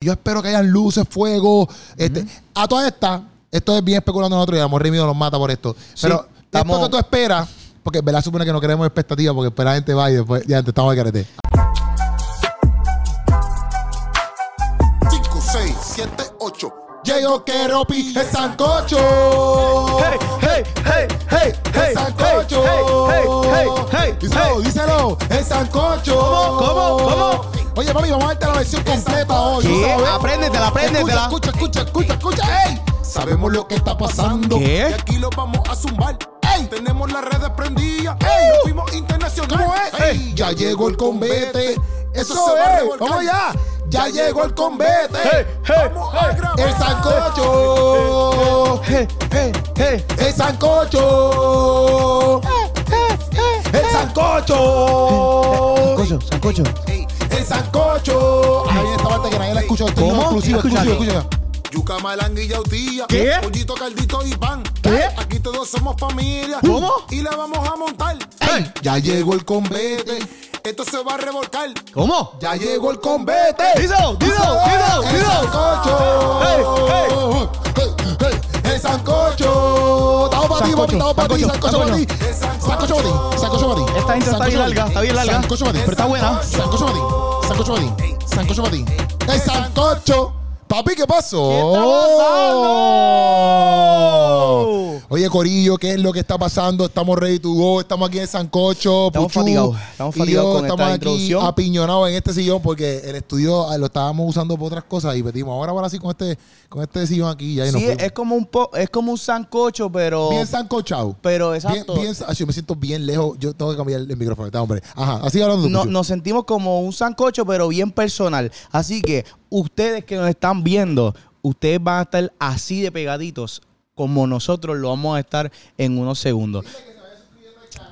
Yo espero que hayan luces, fuego. Este, A todas estas, esto es bien especulando nosotros y a lo mejor Remy nos mata por esto. Pero estamos- esto que tú esperas, porque en verdad supone que no queremos expectativas, porque espera gente va y después ya te estamos al carete. 5, 6, 7, 8. Llegó Keropi, el sancocho. Hey, hey, hey, hey, hey, el sancocho. hey, hey, hey, hey, díselo, hey. díselo, el sancocho. ¿Cómo, cómo, cómo? Oye, mami, vamos a darte la versión completa hoy. ¿Qué? ¿tú sabes? Apréndetela, apréndetela. Escucha, escucha, escucha, escucha, escucha. ¡Ey! Sabemos lo que está pasando. Y ¿Qué? aquí lo vamos a zumbar. Ey. Tenemos las redes prendidas. Ey. Nos fuimos internacional. ¿Cómo es? Ey. Ya llegó el combate. Eso se va a es. revolcar. Vamos ya. Ya llegó el combate. Hey, hey, Vamos a grabar. El sancocho. hey, hey, hey. El sancocho. El sancocho. Sancocho, sancocho. Ey. El sancocho. Ahí en esta parte que nadie la escucha. Esto es ¿Cómo? exclusivo, Escucha. exclusivo, escucha. Yuca, malanga y yautía. ¿Qué? Pollito, caldito y pan. ¿Qué? Aquí todos somos familia. ¿Cómo? Y la vamos a montar. Hey. Ya llegó el combate. Ey. Esto se va a revolcar. ¿Cómo? Ya llegó el combate. Díselo, díselo, díselo, El díselo. sancocho. El sancocho. Estamos para ti, papi. Estamos para ti. Sancocho Sancocho, para ti. Sancocho sancocho. para ti. Sancocho para ti. Esta intro Sancocho está bien para ti. larga, está bien larga, Sancocho para ti. pero está buena. Sancocho para ti. Sancocho para ti. Sancocho para ti. El sancocho. Papi, ¿qué pasó? ¿Qué está pasando? Oye, Corillo, ¿qué es lo que está pasando? Estamos ready to go, estamos aquí en el Sancocho. Estamos Puchu fatigados, estamos y fatigados yo con esta estamos aquí introducción. apiñonados en este sillón porque el estudio ah, lo estábamos usando para otras cosas y pedimos ahora, ahora sí con este, con este sillón aquí ya y ahí nos Sí, fuimos. es como un po, es como un sancocho, pero Bien sancochado. pero Bien, exacto. bien, ay, yo me siento bien lejos. Yo tengo que cambiar el micrófono. Está, hombre. Ajá, así hablando. tú, No- Puchu. nos sentimos como un sancocho, pero bien personal. Así que ustedes que nos están viendo, ustedes van a estar así de pegaditos como nosotros lo vamos a estar en unos segundos.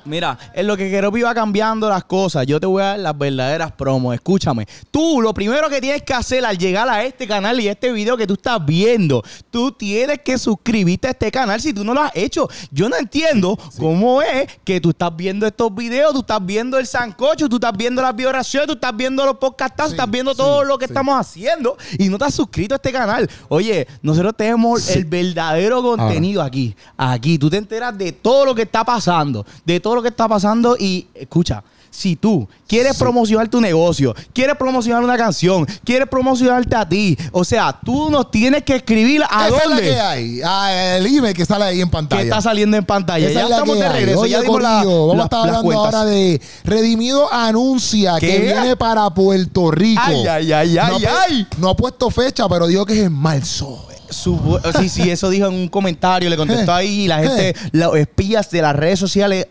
Mira, en lo que Keropi va cambiando las cosas, yo te voy a dar las verdaderas promos. Escúchame. Tú, lo primero que tienes que hacer al llegar a este canal y este video que tú estás viendo, tú tienes que suscribirte a este canal si tú no lo has hecho. Yo no entiendo cómo es que tú estás viendo estos videos, tú estás viendo el sancocho, tú estás viendo las vibraciones, tú estás viendo los podcasts, Sí, estás viendo sí, todo lo que sí. estamos haciendo y no te has suscrito a este canal. Oye, nosotros tenemos el verdadero contenido contenido aquí, aquí. Tú te enteras de todo lo que está pasando, de todo lo que está pasando y escucha. Si tú quieres promocionar tu negocio, quieres promocionar una canción, quieres promocionarte a ti, o sea, tú nos tienes que escribir a Esa es la dónde que hay. Ah, el email que sale ahí en que pantalla. está saliendo en pantalla. Esa ya es la estamos que de hay. regreso, Oye, ya dimos la- Corillo, vamos la- a estar las hablando cuentas. ahora de Redimido anuncia que ¿Qué? viene para Puerto Rico. Ay, ay, ay, no pues, ay, ha pu- ay. No ha puesto fecha, pero dijo que es en marzo. Supo- sí, sí, eso dijo en un comentario, le contestó Eh, ahí y la gente, eh. los espías de las redes sociales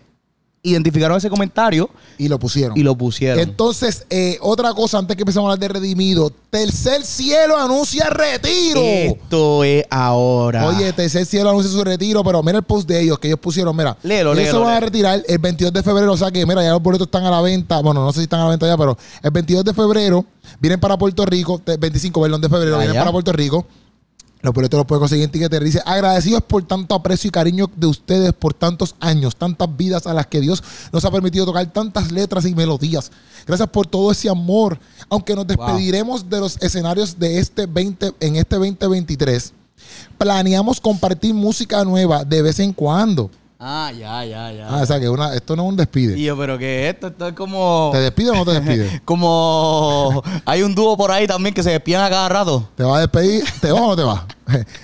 identificaron ese comentario Y lo pusieron. y lo pusieron. Entonces, eh, otra cosa antes que empezamos a hablar de Redimido. Tercer Cielo anuncia retiro. Esto es ahora. Oye, Tercer Cielo anuncia su retiro, pero mira el post de ellos que ellos pusieron, mira. Léelo, ellos léelo, se van a léelo. retirar el 22 de febrero, o sea que, mira, ya los boletos están a la venta. Bueno, no sé si están a la venta ya, pero el 22 de febrero vienen para Puerto Rico, te- 25, perdón, de febrero Ah, vienen ya. para Puerto Rico. Los boletos los puedes conseguir en Tiqueter. Dice, agradecidos por tanto aprecio y cariño de ustedes por tantos años, tantas vidas a las que Dios nos ha permitido tocar tantas letras y melodías. Gracias por todo ese amor. Aunque nos despediremos de los escenarios de este 20, en este 2023, planeamos compartir música nueva de vez en cuando. Ah, ya, ya, ya. Ah, o sea que una, esto no es un despide. Y yo, pero que esto, esto es como. ¿Te despide o no te despide? Como. Hay un dúo por ahí también que se despían a cada rato. ¿Te va a despedir? ¿Te vas o no te vas?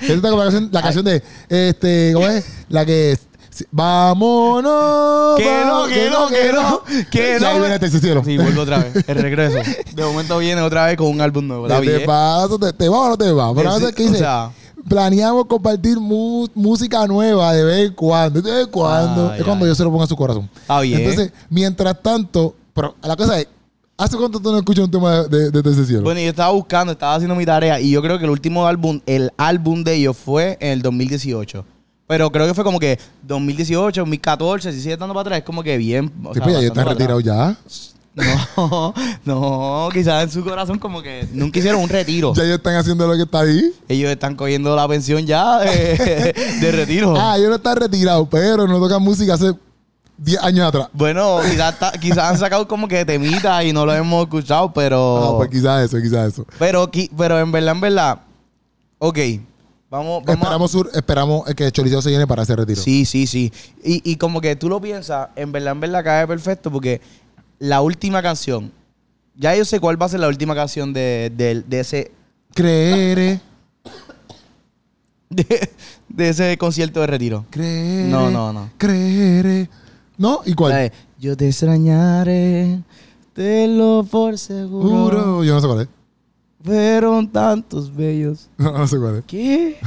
Esta es la canción, la canción de, este, ¿cómo es? La que es, si- vámonos. Que no, vamos, que no, que no. Que Y ahí no. viene este cielo. Sí, vuelvo otra vez. El regreso. De momento viene otra vez con un álbum nuevo. Ya David, te ¿eh? vas, te, te vas o no te vas. Pero Sí, a veces sí, que o dice, sea- planeamos compartir mu- música nueva de vez en cuando, de vez en cuando. Ah, es ya, cuando ya. yo se lo pongo a su corazón. Está bien. Entonces, mientras tanto, pero la cosa es, ¿hace cuánto tú no escuchas un tema de, de, de ese cielo? Bueno, yo estaba buscando, estaba haciendo mi tarea y yo creo que el último álbum, el álbum de ellos fue en el 2018. Pero creo que fue como que 2018, 2014, si sigue estando para atrás, es como que bien. o Sí, sea, pues ya ellos bastante están para atrás. retirados ya. No, no, quizás en su corazón como que nunca hicieron un retiro. Ya ellos están haciendo lo que está ahí. Ellos están cogiendo la pensión ya de, de retiro. Ah, ellos no están retirados, pero no tocan música hace 10 años atrás. Bueno, quizás ta- quizás han sacado como que temitas y no lo hemos escuchado, Ah, pero. pues quizás eso, quizás eso. pero, qui- pero en verdad, en verdad. Ok. Vamos, vamos a- Esperamos, sur, esperamos eh, que Choliseo se llene para ese retiro. Sí, sí, sí. Y, y como que tú lo piensas, en verdad, en verdad cae perfecto porque la última canción, ya yo sé cuál va a ser la última canción de, de- de ese Creeré, de, de ese concierto de retiro. creeré. No, no, no. Creeré. ¿No? ¿Y cuál? La de, yo te extrañaré, te lo por seguro, Juro. Yo no sé cuál es. fueron tantos bellos. No, no sé cuál es. ¿Qué?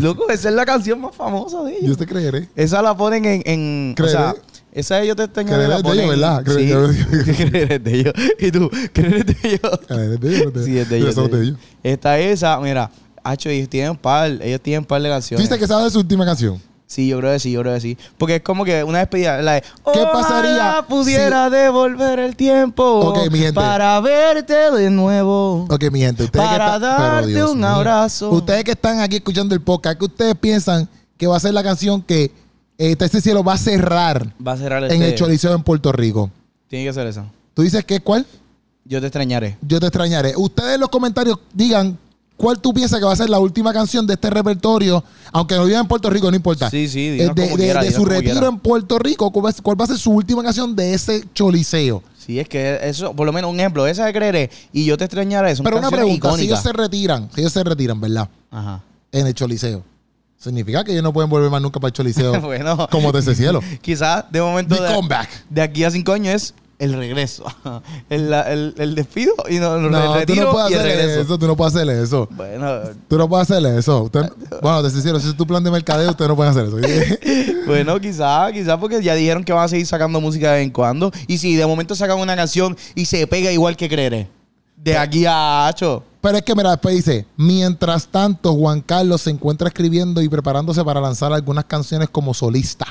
Loco, esa es la canción más famosa de Yo ellos. te creeré. Esa la ponen en. en o Creeré. sea, esa ellos te extrañaré. Creeré la es de ellos, ponen- ¿verdad? Creeré- Sí. Creeré es de ellos. Y tú, creeré es de ellos. Creeré es de ellos, no Sí, es de Yo ellos. solo es de te ellos. digo. Está esa, mira, Hacho, ellos tienen par, ellos tienen par de canciones. ¿Viste que sabes su última canción? Sí, yo creo que sí, yo creo que sí. Porque es como que una despedida, la de, ¿Qué "Ojalá pasaría pudiera devolver el tiempo Ok, mi gente. para verte de nuevo. Ok, mi gente, ustedes Para que están, darte un abrazo. Ustedes que están aquí escuchando el podcast, que ustedes piensan que va a ser la canción que eh, este este cielo va a cerrar Va a cerrar en este- el Choliseo en Puerto Rico. Tiene que ser esa. ¿Tú dices que es cuál? Yo te extrañaré. Yo te extrañaré. Ustedes en los comentarios digan cuál tú piensas que va a ser la última canción de este repertorio, aunque no vivan en Puerto Rico, no importa. Sí, sí, Eh, dinos de, como de- quiera, de dinos su como retiro quiera. en Puerto Rico, ¿cuál va a ser- cuál va a ser su última canción de ese Choliseo? Sí, es que eso, por lo menos un ejemplo, esa de creeré y yo te extrañaré. Son Pero una canciones pregunta, si ellos icónicas. se retiran, si ellos se retiran, ¿verdad? Ajá. en el Choliseo. Significa que ellos no pueden volver más nunca para el Choliseo bueno, como desde cielo. quizás de momento. The de- comeback. de aquí a cinco años es el regreso. El, el, el despido y no, el No, tú retiro no puedes y el hacerle regreso. eso, tú no puedes hacerle eso. Bueno, Tú no puedes hacerle eso. Usted- bueno, desde cielo, si es tu plan de mercadeo, ustedes no pueden hacer eso. bueno, quizás, quizás porque ya dijeron que van a seguir sacando música de vez en cuando. Y si de momento sacan una canción y se pega igual que creeré. De aquí a Hacho. Pero es que, mira, después dice, mientras tanto, Juan Carlos se encuentra escribiendo y preparándose para lanzar algunas canciones como solista.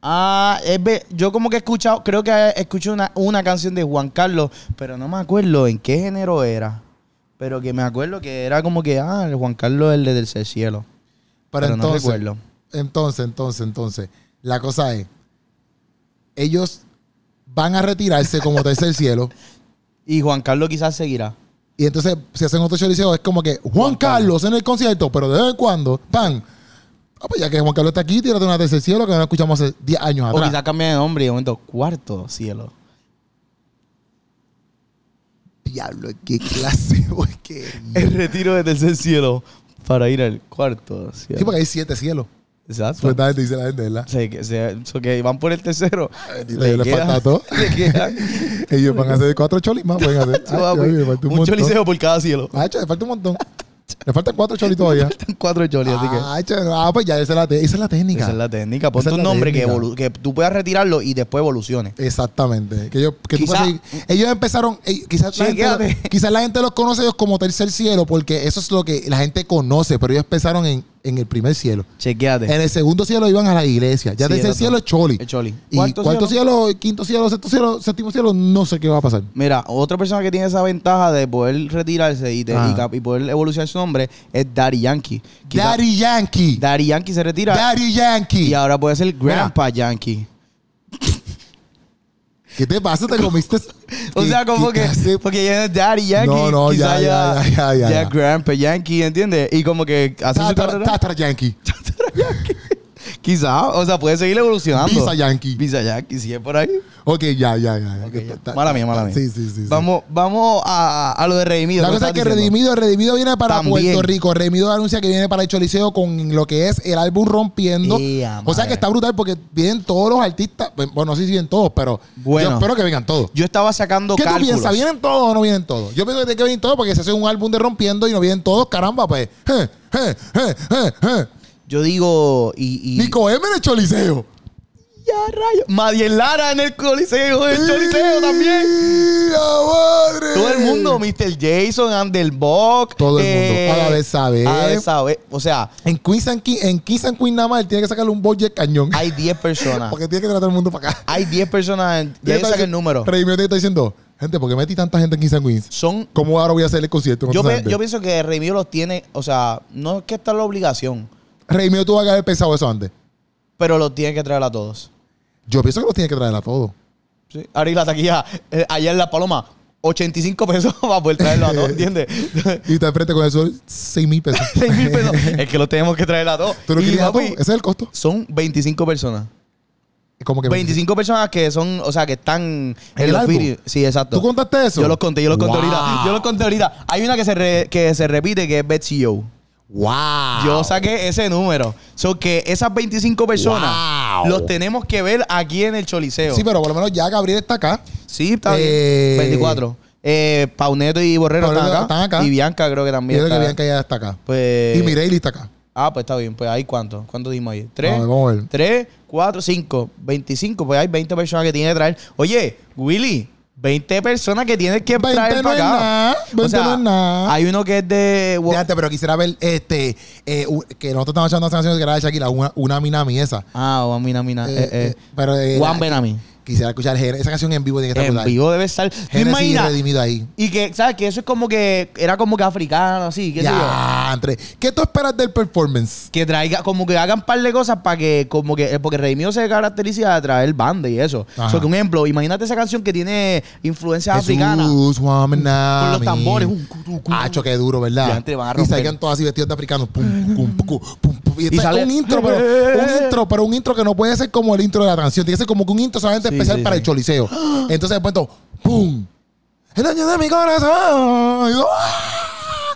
Ah, es ve- yo como que he escuchado, creo que escuché una, una canción de Juan Carlos, pero no me acuerdo en qué género era. Pero que me acuerdo que era como que, ah, el Juan Carlos el de Tercer Cielo. Pero, Pero no entonces, recuerdo. entonces, entonces, entonces, la cosa es, ellos van a retirarse como tercer cielo. Y Juan Carlos quizás seguirá. Y entonces, si hacen otro choliseo, es como que Juan, Carlos en el concierto, pero de vez en cuando, ¡pam! Ah, pues ya que Juan Carlos está aquí, tírate una tercer cielo que no escuchamos hace 10 años O atrás. quizás cambia de nombre y de momento, cuarto cielo. Diablo, qué clase, güey, qué- El retiro de tercer cielo para ir al cuarto cielo. Sí, porque hay siete cielos. Ah. Exacto. Supuestamente dice la gente, ¿verdad? Se, que- se- so que van por el tercero. bendito, yo le falta todo. le queda- Ellos van a hacer cuatro cholis más, pueden hacer. Ay, Chaval, ay, le un, falta un, montón. choliseo por cada cielo. Ay, che, le falta un montón. Le faltan cuatro cholis todavía. Cuatro cholis, así que. Ay, che, ah, pues ya, esa es la, te- esa es la técnica. Esa es la técnica. Ponte Esa es un la nombre que, técnica. evolu- que tú puedas retirarlo y después evolucione. Exactamente. Que ellos, que tú Quizá- puedes seguir- ellos empezaron, eh, quizás, la gente, Chequéate. lo- quizás la gente los conoce ellos como tercer cielo, porque eso es lo que la gente conoce, pero ellos empezaron en, en el primer cielo. Chequeate. En el segundo cielo iban a la iglesia. Ya Este. Sí, tercer exacto. cielo es Choli. El choli. Y cuarto, cielo? quinto cielo, sexto cielo, séptimo cielo, no sé qué va a pasar. Mira, otra persona que tiene esa ventaja de poder retirarse y, de- Ajá. y cap- y poder evolucionar su nombre es Daddy Yankee. Quizá- Daddy Yankee. Daddy Yankee se retira. Daddy Yankee. Y ahora puede ser Grandpa Yankee. ¿Qué te pasa? ¿Te comiste? O ¿Qué- sea, como qué que. clase- Porque ya es Daddy Yankee. No, no, quizá ya, ya, ya, ya, ya. Grandpa Yankee, ¿entiendes? Y como que hace su Tátara carrera. Tátara Yankee. Quizá, o sea, puede seguir evolucionando. Visa Yankee. Visa Yankee, si es por ahí. Ok, ya, ya, ya. ya. Ok, Que- ya. ta- Mala mía, mala mía. Sí, sí, sí. sí. Vamos, vamos a, a lo de Redimido. La ¿qué cosa es que estás diciendo? Redimido, Redimido viene para También. Puerto Rico. Redimido anuncia que viene para el Choliseo con lo que es el álbum Rompiendo. Ea, o sea madre. que está brutal porque vienen todos los artistas. Bueno, no sé si vienen todos, pero Bueno. yo espero que vengan todos. Yo estaba sacando ¿Qué tú cálculos. piensas? ¿Vienen todos o no vienen todos? Yo pienso que tiene que venir todos porque se hace un álbum de Rompiendo y no vienen todos, caramba, pues. Je, je, je, je, je. Yo digo. Y, y, Nico M en el Choliseo. Ya, rayo. Madiel Lara en el Coliseo. El Choliseo también. ¡Y la madre! Todo el mundo, Mr. Jason, Anderbock. Todo el mundo. A la vez sabe. A la vez sabe. O sea, En Queens and Queen, en Queens and Queen nada más él tiene que sacarle un budget cañón. hay 10 personas. Porque tiene que tratar el mundo para acá. Hay 10 personas. en- Ya yo saqué el número. Redimido te está diciendo, gente, ¿por qué metí tanta gente en Queens and Queens? Son. ¿Cómo ahora voy a hacer el concierto con Yo, tanta pe- gente? yo pienso que Remiro los tiene. O sea, no es que está la obligación, Redimido tuvo que haber pensado eso antes. pero los tiene que traer a todos. Yo pienso que los tiene que traer a todos. Sí. Ahora y la taquilla, eh, allá en La Paloma, 85 pesos para poder traerlo a todos, ¿entiendes? Y te enfrente con eso 6 mil pesos. 6 mil pesos. Es que lo tenemos que traer a todos. ¿Tú lo Y, querías a todos? papi, Ese es el costo. Son 25 personas. Como que 25 personas que son, o sea, que están ¿En en el los álbum? videos. Sí, exacto. ¿Tú contaste eso? Yo los conté, yo los conté Wow. ahorita. Yo los conté ahorita. Hay una que se, re- que se repite que es Betsy Joe. ¡Wow! Yo saqué ese número. So que esas 25 personas Wow. los tenemos que ver aquí en el Choliseo. Sí, pero por lo menos ya Gabriel está acá. Sí, está Eh, bien. 24. Eh, Pauneto y Borrero Pauneto están acá. están acá. Y Bianca creo que también. Yo creo que está. Bianca ya está acá. Pues- Y Mireille está acá. Ah, pues está bien. Pues hay cuánto. ¿Cuánto dimos ahí? Tres. A ver, vamos a ver. Tres, cuatro, cinco. Veinticinco. Pues hay 20 personas que tiene que traer. Oye, Willy. 20 personas que tienes que 20 traer no para es acá. nada, 20 no es nada. Hay uno que es de. Fíjate, pero quisiera ver este eh, u- que nosotros estamos echando esa canción que era de Shakira, una, una Minami esa. Ah, Juan Mina Mina. Eh, eh, eh. eh, pero eh, Juan la- Benami. quisiera escuchar Gen- esa canción en vivo tiene que estar En brutal. vivo debe estar. ¿Tú Génesis imaginas? y redimido ahí. Y que, ¿sabes? Que eso es como que. Era como que africano, así. ¿qué sé yo. Ya, entre. ¿Qué tú esperas del performance? Que traiga, como que hagan par de cosas para que, como que, eh, porque Redimido se caracteriza de traer banda y eso. Ajá. O sea, que un ejemplo, imagínate esa canción que tiene influencias africanas. Jesús, Juan Benami. Con los tambores. Hacho, qué duro, ¿verdad? Ya, entre, van a y romper. salían todos así vestidos de africanos. Pum, pum, pum, pum, pum. Y, esto es sale- un intro, pero un intro, pero un intro que no puede ser como el intro de la canción. Tiene que ser como que un intro solamente Sí, especial sí, para sí. el choliseo. Entonces después todo, ¡pum! El año de mi corazón. Y yo, ¡ah!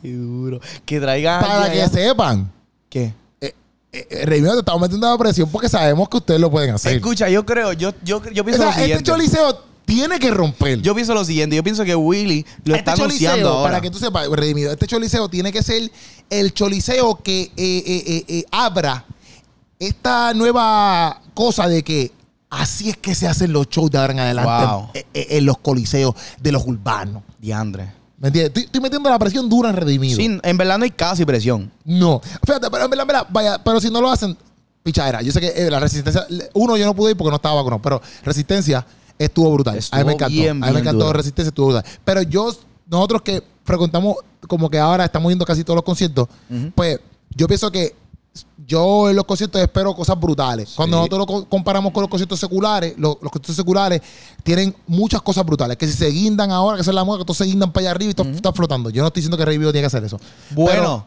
Qué duro. Que traiga. Para que sepan. ¿Qué? Eh, eh, eh, Rey mío, te estamos metiendo la presión porque sabemos que ustedes lo pueden hacer. Escucha, yo creo, yo, yo, yo O pienso sea, lo este siguiente. choliseo tiene que romper. yo pienso lo siguiente. Yo pienso que Willy lo está anunciando ahora. Este para que tú sepas, redimido, este choliseo tiene que ser el choliseo que eh, eh, eh, eh, abra esta nueva cosa de que así es que se hacen los shows de ahora en adelante Wow. eh, eh, en los coliseos de los urbanos. Diandre. ¿Me entiendes? Estoy, estoy metiendo la presión dura en redimido. Sí, en verdad no hay casi presión. No. Fíjate, pero en verdad, en verdad, vaya, pero si no lo hacen, pichadera. Yo sé que eh, la resistencia, uno yo no pude ir porque no estaba vacunado, pero resistencia estuvo brutal. a mí Estuvo me encantó. bien, a mí me bien encantó duro. resistencia, estuvo brutal. Pero yo, nosotros que frecuentamos, como que ahora estamos yendo casi todos los conciertos, pues yo pienso que yo en los conciertos espero cosas brutales. Cuando nosotros lo co- comparamos con los conciertos seculares, lo- los conciertos seculares tienen muchas cosas brutales. Que si se guindan ahora, que eso es la moda, que todos se guindan para allá arriba y todos están flotando. Yo no estoy diciendo que Rey Vivo tiene que hacer eso. Bueno,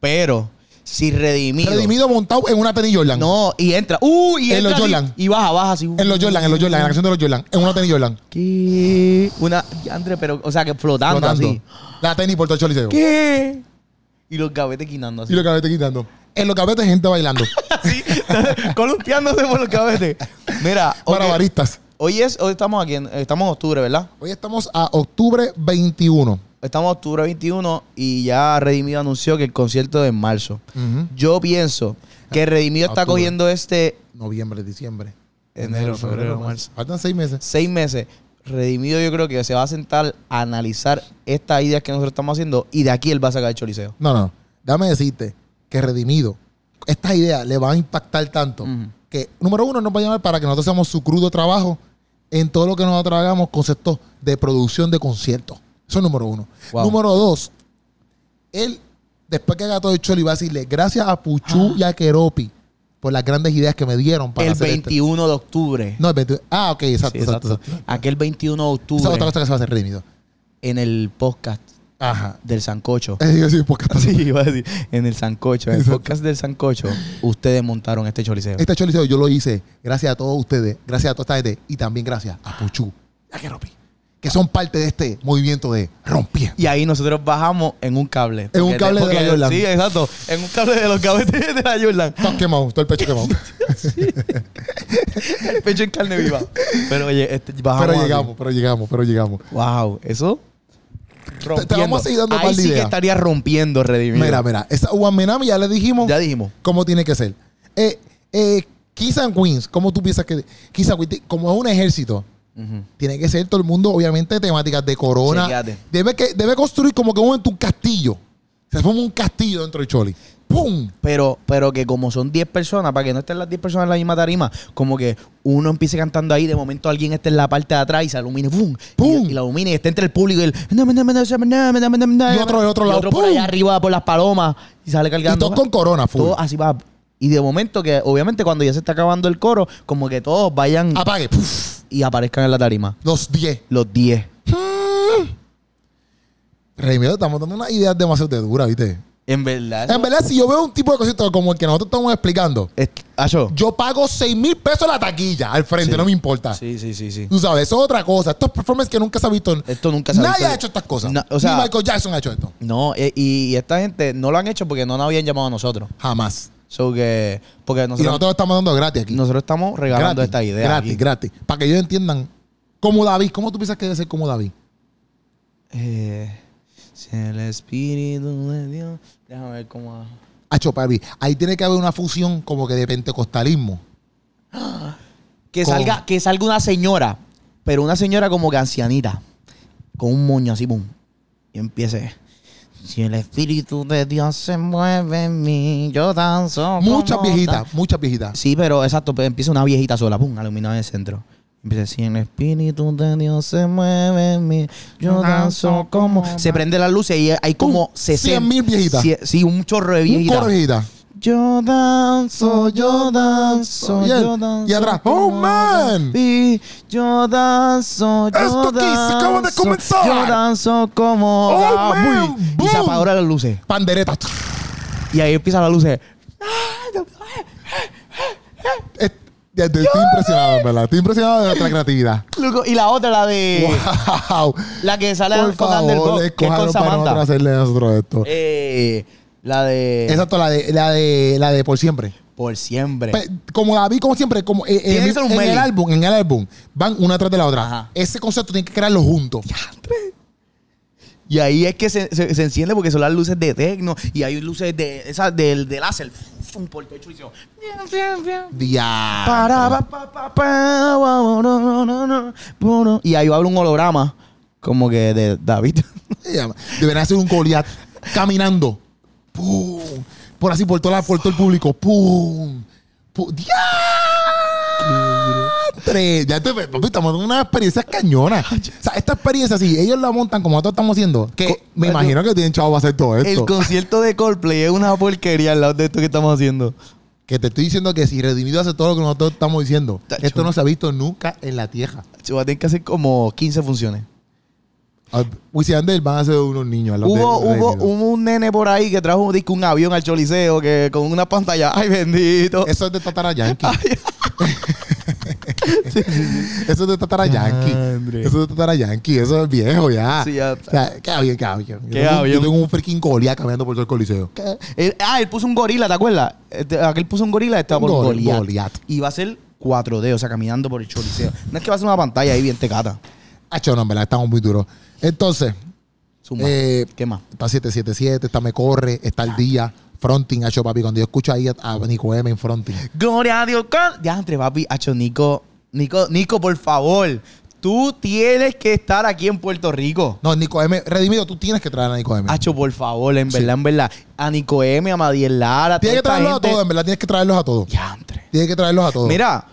pero, si Redimido. Redimido montado en una tenis Jordan. No, y entra. ¡Uh! Y En entra los así, Jordan. Y baja, baja así. En los Jordan, en los Jordan, en la canción de los Jordan. En una tenis Jordan. ¿Qué? Una. Diandre, pero, o sea, que flotando, flotando. así. La tenis por todo el choliseo. ¿Qué? Y los gavetes quinando Y así. los gavetes quitando. En los gavetes gente bailando. así, columpiándose por los gavetes. Mira, ok. Para baristas. hoy es, hoy estamos aquí, en- estamos en octubre, ¿verdad? Hoy estamos a octubre 21. Estamos en octubre 21 y ya Redimido anunció que el concierto es en marzo. Ujú. Yo pienso que Redimido está Ah, Octubre. cogiendo este Noviembre, diciembre. Enero, febrero, marzo. Faltan seis meses. seis meses. Redimido yo creo que se va a sentar a analizar estas ideas que nosotros estamos haciendo y de aquí él va a sacar el choliseo. No, no. Dame decirte que redimido. Estas ideas le van a impactar tanto Ujú. que, número uno, nos va a llamar para que nosotros hagamos su crudo trabajo en todo lo que nosotros hagamos, conceptos de producción de conciertos. Eso es número uno. Wow. Número dos, él, después que haga todo el choli, va a decirle gracias a Puchu y a Keropi por las grandes ideas que me dieron para el hacer este". 21 de octubre. No, el 21. Ah, ok, exacto, Sí, exacto. exacto. exacto. Aquel 21 de octubre Esa es otra cosa que se va a hacer redimido. en el podcast Ajá. del Sancocho. Eh, yo sí, porque Sí, iba a decir, en el Sancocho, en el podcast del Sancocho, ustedes montaron este choliseo. Este choliseo yo lo hice gracias a todos ustedes, gracias a toda esta gente y también gracias a Puchu, a Keropi, que son parte de este movimiento de rompiendo. Y ahí nosotros bajamos en un cable. En un Porque- cable de porque- la Jordan. Sí, exacto. En un cable de los cabetes de la Jordan. Todo quemado, todo el pecho quemado. El pecho en carne viva. Pero oye, este, bajamos. pero así. llegamos, pero llegamos, pero llegamos. Wow, eso. Rompiendo. vamos a seguir dando Ahí par de sí que ideas. estaría rompiendo Redimido. Mira, mira, esa Uaminami ya le dijimos Ya dijimos. cómo tiene que ser. Eh, eh, Kiss and Queens, ¿cómo tú piensas que Kiss and Queens, como es un ejército, Ujú. tiene que ser todo el mundo, obviamente, temáticas de corona. Chequeate. Debe, que, debe construir como que un, un castillo. Se forma un castillo dentro del choli. ¡Pum! Pero, pero que como son 10 personas, para que no estén las 10 personas en la misma tarima, como que uno empiece cantando ahí, de momento alguien esté en la parte de atrás y se ilumine, ¡pum! ¡Pum! Y, y la ilumine y esté entre el público y el. Y otro del otro lado, por ¡pum! allá arriba, por las palomas, y sale Y cargando. todos con corona, full. Todo así va Y de momento que, obviamente, cuando ya se está acabando el coro, como que todos vayan Apague. puf, y aparezcan en la tarima. los 10. Los 10. Mm. Rey mío, estamos dando unas ideas demasiado de duras, ¿viste? En verdad. En verdad, si yo veo un tipo de cosito como el que nosotros estamos explicando, Es- Acho. yo pago 6 mil pesos la taquilla al frente, Sí. no me importa. Sí, sí, sí, sí. Tú sabes, eso es otra cosa. Estos performances que nunca se ha visto. Esto nunca se ha Nadie visto. ha hecho estas cosas. Na- o sea- Ni Michael Jackson ha hecho esto. No, e- y, y esta gente no lo han hecho porque no nos habían llamado a nosotros. Jamás. So que, porque y nosotros, nosotros lo estamos dando gratis aquí. nosotros estamos regalando gratis, esta idea. Gratis, aquí. gratis. Para que ellos entiendan. Como David, ¿cómo tú piensas que debe ser como David? Eh, si el espíritu de Dios. Déjame ver cómo. Hacho, papi, ahí tiene que haber una fusión como que de pentecostalismo. Que Con- salga, que salga una señora, pero una señora como que ancianita, con un moño así, boom. Y empiece. Si el espíritu de Dios se mueve en mí, yo danzo. Muchas como viejitas, muchas viejitas. Sí, pero exacto, pero empieza una viejita sola, pum, iluminada en el centro. Empieza, si el espíritu de Dios se mueve en mí, yo danzo como... Se prende las luces y hay como 60... 100.000 viejitas. Sí, sí, un chorro de Un viejitas. coro de viejitas. Yo danzo, yo danzo, Y él- yo danzo. y atrás, como "Oh, man". David. yo danzo, yo Esto aquí se danzo, acaba de comenzar. Yo danzo como Oh, David. man, Y se boom. apagaron las luces. Panderetas. Y ahí empiezan las luces. Es- de- de- Estoy impresionado, en ¿verdad? Estoy impresionado de nuestra creatividad. Loco, Y la otra, la de... ¡Wow! La que sale Por con favor, Underdog, que es escojan con para nosotros Samantha. hacerle a nosotros esto. Eh, la de Exacto, la de, la de, la de por siempre. Por Siempre. Pe- Como David, como siempre, como eh, Tiene en, que ser un en el melee. álbum, en el álbum, van una tras de la otra. Ajá. Ese concepto tienen que crearlo juntos. y ahí es que se, se- se enciende porque son las luces de techno y hay luces de esas del de láser. Un portocho y se- Para, Diablo. pa, pa, pa, pa, wa, wa, no, no, no, no, bu, no. Y ahí va a haber un holograma como que de David. Deberían hacer un Goliath caminando. ¡Pum! Por así, por, toda la- por todo el público. ¡Pum! ¡Pum! ¡Diantre! Ya te papi, estamos dando una experiencia cañona. O sea, esta experiencia, si ellos la montan como nosotros estamos haciendo, que Co- me imagino que tienen chavos para hacer todo El esto. concierto de Coldplay es una porquería al lado de esto que estamos haciendo. Que te estoy diciendo que si Redimido hace todo lo que nosotros estamos diciendo, Tacho. esto no se ha visto nunca en la tierra. Se va a tener que hacer como 15 funciones. Ah, Wisin y Yandel van a ser unos niños. al lado Hubo, de hubo, Redimido. hubo un nene por ahí que trajo un, disco, un avión al Choliseo que con una pantalla. ¡Ay, bendito! Eso es de Tatara Yankee. Oh. Ay, Eso es de Tatara Yankee. Andre. Eso es de Tatara Yankee. Eso es viejo ya. Sí, ya. O sea, qué avión, qué avión. Yo Qué tengo un- avión. Yo tengo un freaking Goliath caminando por todo el coliseo. él- ah, él puso un gorila, ¿te acuerdas? Este, aquel puso un gorila, estaba Un por gor- Goliat. Goliat. Y va a ser 4D, o sea, caminando por el Choliseo. No es que va a ser una pantalla ahí bien tecata. Hacho, no, en verdad, estamos muy duros. Entonces, Zumba. Eh, ¿Qué más? está 777, está Me Corre, está El Día, Fronting, hacho, papi. Cuando yo escucho ahí a, a Nico M en Fronting. Gloria a Dios. con- Ya, entre papi, hacho, Nico. Nico, Nico, por favor. Tú tienes que estar aquí en Puerto Rico. No, Nico M, Redimido, tú tienes que traer a Nico M. Hacho, por favor, en verdad, en verdad. A Nico M, a Madiel Lara. Tienes que toda esta traerlos a gente. todos, en verdad, tienes que traerlos a todos. Ya, entre. Tienes que traerlos a todos. Mira,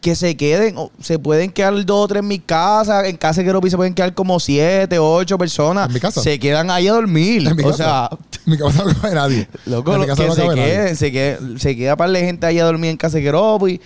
que se queden, o se pueden quedar dos o tres en mi casa, en casa de Keropi se pueden quedar como siete, ocho personas. ¿En mi casa? Se quedan ahí a dormir. En mi o casa. sea, En mi casa no cabe nadie. loco, en mi lo- casa que no se cabe nadie. queden, se queden, se queda para la gente ahí a dormir en casa de Keropi.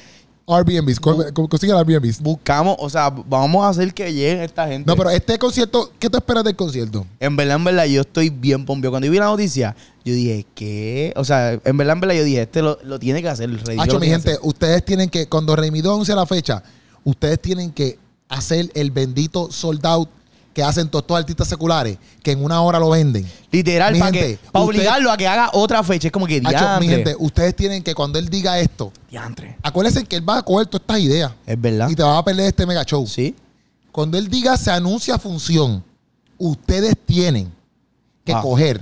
Airbnbs, co- co- consigue el Airbnbs. Buscamos, o sea, vamos a hacer que llegue esta gente. No, pero este concierto, ¿qué tú esperas del concierto? En verdad, en verdad, yo estoy bien pompeo. Cuando yo vi la noticia, yo dije, ¿qué? O sea, en verdad, en verdad, yo dije, este lo, lo tiene que hacer el rey. Hacho, mi gente, ustedes tienen que, cuando Remidón anuncie la fecha, ustedes tienen que hacer el bendito sold out que hacen todos estos artistas seculares, que en una hora lo venden. Literal, Mi para gente, pa usted- obligarlo a que haga otra fecha. Es como que Hacho, diantre. mi gente, ustedes tienen que cuando él diga esto, Diantre. acuérdense que él va a coger todas estas ideas Es verdad. y te va a perder este mega show. Sí. Cuando él diga se anuncia función, ustedes tienen que Ah. coger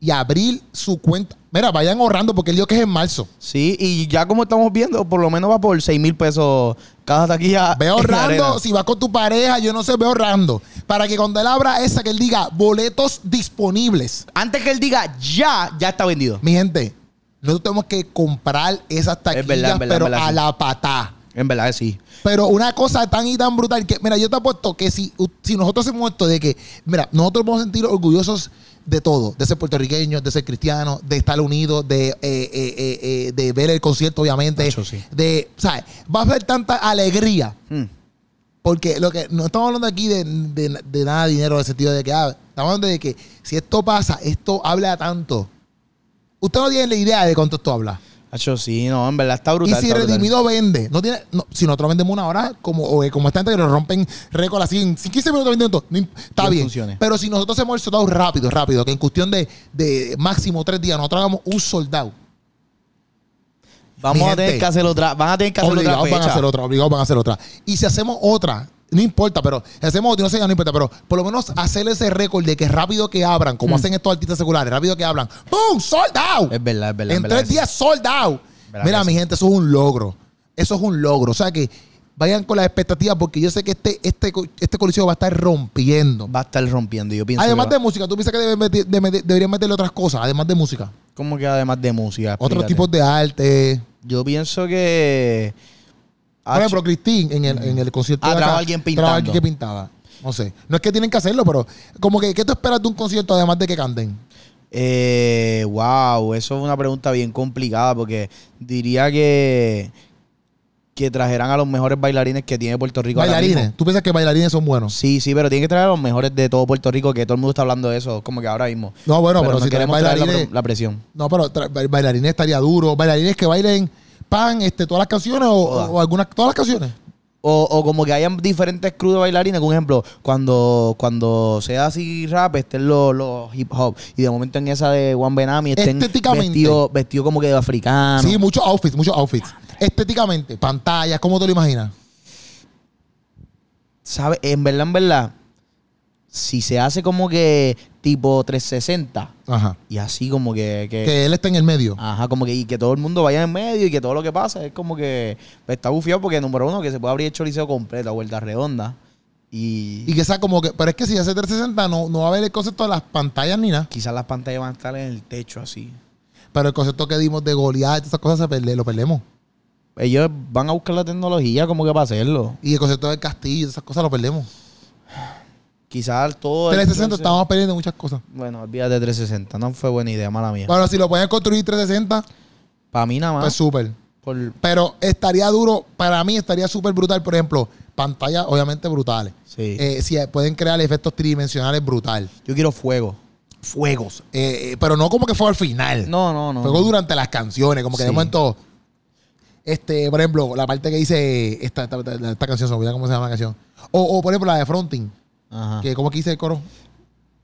y abrir su cuenta. Mira, vayan ahorrando porque él dijo que es en marzo. Sí, y ya como estamos viendo, por lo menos va por 6 mil pesos cada taquilla. Ve en la arena. ahorrando, si vas con tu pareja, yo no sé, ve ahorrando. Para que cuando él abra esa, que él diga boletos disponibles. Antes que él diga ya, ya está vendido. Mi gente, nosotros tenemos que comprar esas taquillas, verdad, es verdad, pero es verdad, a sí. la patá. En verdad que sí. Pero una cosa tan y tan brutal que, mira, yo te apuesto que si, si nosotros hacemos esto de que, mira, nosotros vamos a sentir orgullosos de todo, de ser puertorriqueño, de ser cristiano, de estar unido, de, eh, eh, eh, eh, de ver el concierto, obviamente. Nacho, sí. De, ¿sabes? Va a haber tanta alegría. Mm. Porque lo que no estamos hablando aquí de, de- de nada de dinero en el sentido de que ah, estamos hablando de que si esto pasa, esto habla tanto. Usted no tiene la idea de cuánto esto habla. Hacho, sí, no, en verdad está brutal. y si está brutal. Redimido vende, no tiene, no, si nosotros vendemos una hora, como, o, eh, como esta gente que nos rompen récord así en 15 minutos, 20 minutos, no imp- está Que bien. funcione. Pero si nosotros hacemos el soldado rápido, rápido, que en cuestión de, de máximo tres días, nosotros hagamos un soldado. Vamos Mi a tener gente, que hacer otra. Van a tener que hacer otra obligados van a fecha. hacer otra, obligados van a hacer otra. Y si hacemos otra, no importa, pero si hacemos otra, y no sé, no importa, pero por lo menos hacer ese récord de que rápido que abran, como Mm. hacen estos artistas seculares, rápido que hablan, ¡pum! ¡Sold out! Es verdad, es verdad. es en verdad que tres sí. días sold out. Verdad Mira, que mi gente, eso es un logro. Eso es un logro. O sea que vayan con las expectativas porque yo sé que este, este, co- este coliseo va a estar rompiendo. Va a estar rompiendo, yo pienso. Además que de va- música, ¿tú piensas que deben meter- de- de- deberían meterle otras cosas? Además de música. ¿Cómo que además de música? Otros Explícate. tipos de arte. Yo pienso que. Por ejemplo, Cristín en el, en el concierto. Ah, de acá, trajo a alguien trajo a pintando. alguien que pintaba. No sé. No es que tienen que hacerlo, pero como que, ¿qué tú esperas de un concierto además de que canten? Eh, wow, eso es una pregunta bien complicada porque diría que que trajeran a los mejores bailarines que tiene Puerto Rico. ahora Bailarines. mismo. ¿Tú piensas que bailarines son buenos? Sí, sí, pero tienen que traer a los mejores de todo Puerto Rico, que todo el mundo está hablando de eso, como que ahora mismo. No, bueno, pero, no si tienen queremos traer la bailarines. pre- la presión. No, pero tra- ba- bailarines estaría duro. Bailarines que bailen pan, este, todas las canciones o, Todas. o algunas, todas las canciones. O, o como que hayan diferentes crews de bailarines. Por ejemplo, cuando, cuando sea así rap, estén los, los hip hop. Y de momento en esa de Juan Benami estén Estéticamente. vestidos vestido como que de africano. Sí, muchos outfits, muchos outfits. Estéticamente, pantallas, ¿cómo te lo imaginas? ¿Sabe? En verdad, en verdad, si se hace como que tipo 360 Ajá. y así como que... que- Que él está en el medio. Ajá, como que y que todo el mundo vaya en medio y que todo lo que pasa es como que pues, está bufiado porque número uno que se puede abrir el choliseo completo a vuelta redonda y, Y que sea como que, pero es que si hace 360 no, no va a haber el concepto de las pantallas ni nada. quizás las pantallas van a estar en el techo así. Pero el concepto que dimos de golear, todas esas cosas se perde- lo perdemos. Ellos van a buscar la tecnología como que para hacerlo. Y el concepto del castillo, todas esas cosas lo perdemos. Quizás todo... el 360 choriceo- estamos perdiendo muchas cosas. Bueno, olvídate de 360. No fue buena idea, mala mía. Bueno, si lo pueden construir 360, Para mí nada más. pues súper. por- Pero estaría duro, para mí estaría súper brutal, por ejemplo, pantallas obviamente brutales. sí. Eh, si pueden crear efectos tridimensionales brutal. Yo quiero fuego. Fuegos. Eh, eh, pero no como que fue al final. No, no, no. eh, Fuego durante las canciones, como que de Sí. momento. Este, por ejemplo, la parte que dice esta, esta, esta- esta canción, se me olvida cómo se llama la canción. O, o, por ejemplo, la de Fronting, Ajá. que como que dice el coro.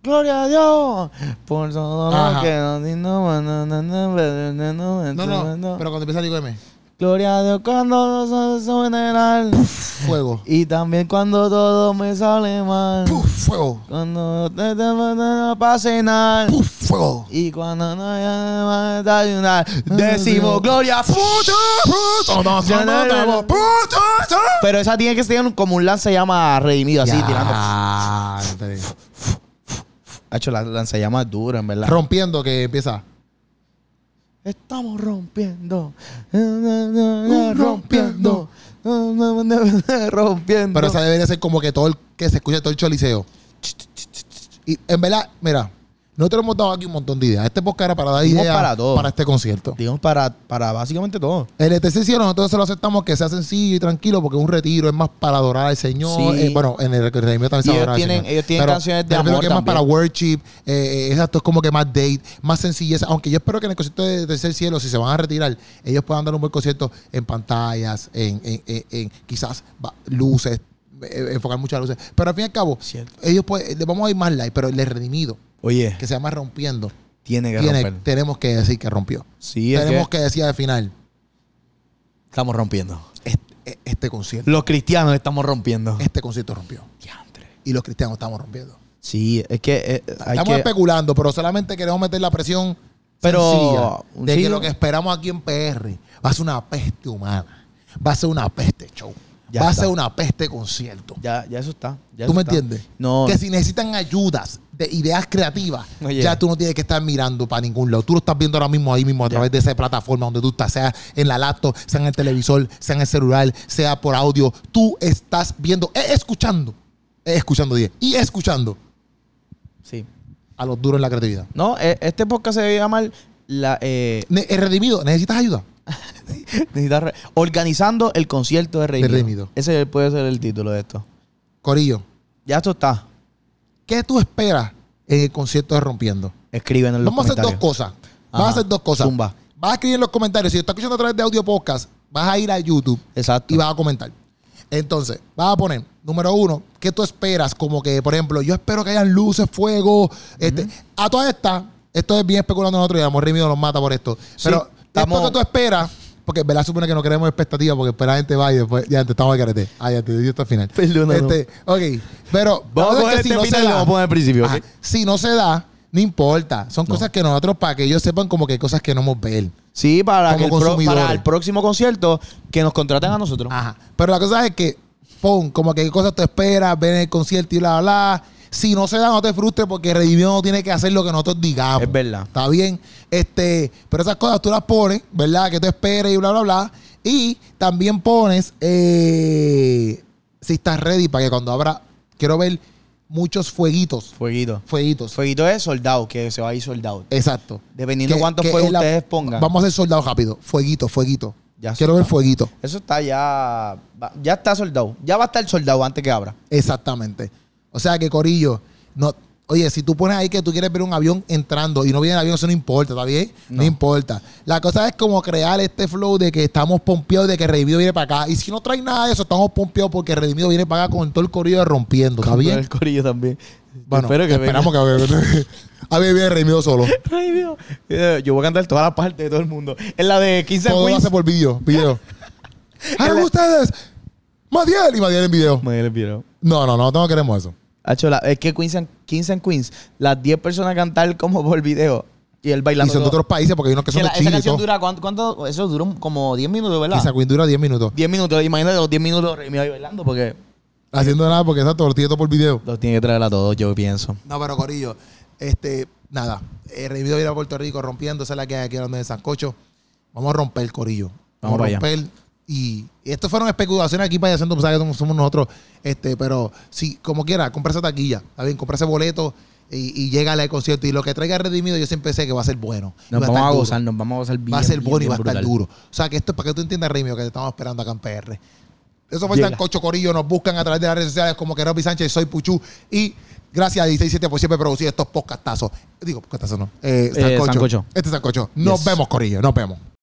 Gloria a Dios por todo Ajá. lo que nos dio. No, no, no, no, no, no, no, no, No, no, no. pero cuando empieza el IGM, Gloria a Dios cuando los ojos suben el al- fuego. Y también cuando todo me sale mal. Puf, fuego. Cuando te te- te- no pase nada. Puf, fuego. Y cuando no haya más de ayunar, decimos gloria puto. Puto, nos Ya, ya, ya, matamos, ya. puto, ya. Pero esa tiene que ser un- como un lanzallamas redimido, así tirando. Ya, entendí. Ha hecho la lanzallamas es duro, en verdad. Rompiendo que empieza. Estamos rompiendo. Rompiendo. Rompiendo. Pero esa debería ser como que todo el que se escuche todo el choliseo. Y en verdad, mira, nosotros hemos dado aquí un montón de ideas. Este podcast era para dar Dimos ideas para, para todo. este concierto. Digamos para, para básicamente todo. El ETC sí, nosotros se lo aceptamos que sea sencillo y tranquilo porque es un retiro, es más para adorar al Señor. Sí. Eh, bueno, en el requerimiento también se Y ellos adora al tienen- Señor. ellos tienen canciones de yo creo amor que es más también. para worship, eh, eh, exacto, es como que más date, más sencilleza. Aunque yo espero que en el concierto de Tercer Cielo, si se van a retirar, ellos puedan dar un buen concierto en pantallas, en, en- en- en quizás va- luces, eh, enfocar muchas luces. Pero al fin y al cabo, Cierto. ellos pues, le vamos a ir más live, pero el de redimido, Oye, que se llama rompiendo, tiene que tiene- romper. tenemos que decir que rompió. Sí, es tenemos que que decir al final. estamos rompiendo. este, este concierto. Los cristianos estamos rompiendo. Este concierto rompió. Y los cristianos estamos rompiendo. Sí, es que eh, hay estamos que... especulando, pero solamente queremos meter la presión Pero- sencilla de sí. que lo que esperamos aquí en PR va a ser una peste humana. Va a ser una peste show. Ya va a está. ser una peste concierto. Ya, ya eso está. ya ¿Tú eso me está. entiendes? No, Que si necesitan ayudas de ideas creativas, Oye. ya tú no tienes que estar mirando para ningún lado. Tú lo estás viendo ahora mismo ahí mismo a Ya. través de esa plataforma donde tú estás, sea en la laptop, sea en el televisor, sea en el celular, sea por audio. Tú estás viendo, eh, escuchando, eh, escuchando 10 y escuchando. sí. a los duros en la creatividad. No, eh, este podcast se debe llamar la, eh, Ne- eh, redimido, ¿necesitas ayuda? necesitas re- Organizando el concierto de Redimido. De Redimido. Ese puede ser el título de esto. Corillo, Ya esto está. ¿qué tú esperas en el concierto de Rompiendo? Escriben en los Vamos a hacer dos comentarios. cosas. Vas Ajá. a hacer dos cosas. Zumba. Vas a escribir en los comentarios. Si estás escuchando a través de audio podcast, vas a ir a YouTube Exacto. y vas a comentar. Entonces, vas a poner, número uno, ¿qué tú esperas? Como que, por ejemplo, yo espero que hayan luces, fuego. Este, A todas estas, esto es bien especulando nosotros y a lo mejor Remy nos mata por esto. Sí, Pero, estamos- después que tú esperas, porque en verdad supone que no queremos expectativas, porque espera la gente va y después, ya te estamos al carete. Ah, ya te dio hasta el final. Perdónanos. Este, ok, pero Vamos a la poner cosa es este que si no se final y da- lo vamos a poner al principio. Ajá. ¿ok? Si no se da, no importa. Son cosas que nosotros, para que ellos sepan como que hay cosas que no hemos ver. Sí, para, que Como el pro- consumidores. Ah. para el próximo concierto que nos contraten a nosotros. Ajá. Pero la cosa es que, pon, como que qué cosas te esperas, ven el concierto y bla, bla, bla. Si no se da, no te frustres porque Redimido no tiene que hacer lo que nosotros digamos. Es verdad. Está bien. Este, pero esas cosas tú las pones, ¿verdad? Que te esperes y bla, bla, bla. Y también pones eh, si estás ready para que cuando abra, quiero ver muchos fueguitos. Fueguito. Fueguitos. Fueguito es soldado, que se va a ir soldado. Exacto. Dependiendo Eh, Que- cuántos que fuegos es la- ustedes pongan. Vamos a hacer soldado rápido. Fueguito, fueguito. Ya Quiero ver soldado. fueguito. Eso está ya. va- Ya está soldado. Ya va a estar soldado antes que abra. Exactamente. O sea que, Corillo, no. Oye, si tú pones ahí que tú quieres ver un avión entrando y no viene el avión, eso no importa, ¿está bien? No, No. importa. La cosa es como crear este flow de que estamos pompeados de que Redimido viene para acá. Y si no trae nada de eso, estamos pompeados porque Redimido viene para acá con todo el corillo de rompiendo, ¿está bien? El corillo también. Bueno, Espero que esperamos que... A ver, viene Redimido solo. venga. Ay, Dios. Eh, Yo voy a cantar todas las partes de todo el mundo. En la de 15 Todo lo Queens. hace por video, video. ¡Ah, la- ustedes! ¡Madiel! Y Madiel en video. Me dio el video. No, no, no, no queremos eso. Hacho, la- es que Queens and, Kings and Queens, las 10 personas cantar como por video y él bailando. Y son de todo. otros países porque hay unos que Que son la- de esa Chile y canción todo. dura ¿cuánto, cuánto? Eso dura un- como 10 minutos, ¿verdad? Y Sacuín dura 10 minutos. 10 minutos, imagínate los 10 minutos Rey Midas bailando porque Haciendo nada porque está tortilla todo por video. los tiene que traer a todos, yo pienso. No, pero Corillo, este, nada. El revivido ir a Puerto Rico rompiendo, esa es la que hay aquí hablando de Sancocho. Vamos a romper, Corillo. Vamos, Vamos para a allá. romper. Y, y esto fueron especulaciones aquí para allá, pues, ¿sabes? que somos nosotros. Este, pero si, como quiera, compra esa taquilla, está bien, compra ese boleto y, y llega al concierto. Y lo que traiga Redimido, yo siempre sé que va a ser bueno. Nos Va vamos estar a duro. gozar, nos vamos a gozar bien. va a ser bien, bueno y bien va a estar brutal. duro. O sea, que esto es para que tú entiendas, Remio, que te estamos esperando acá en PR. Eso fue Llega. Sancocho Corillo. Nos buscan a través de las redes sociales como que Robbie Sánchez, soy Puchu. Y gracias a 167 por siempre producir estos podcastazos. Digo, podcastazos no. Eh, Eh, Sancocho. Sancocho. Este es Sancocho. Nos Yes. vemos, Corillo. Nos vemos.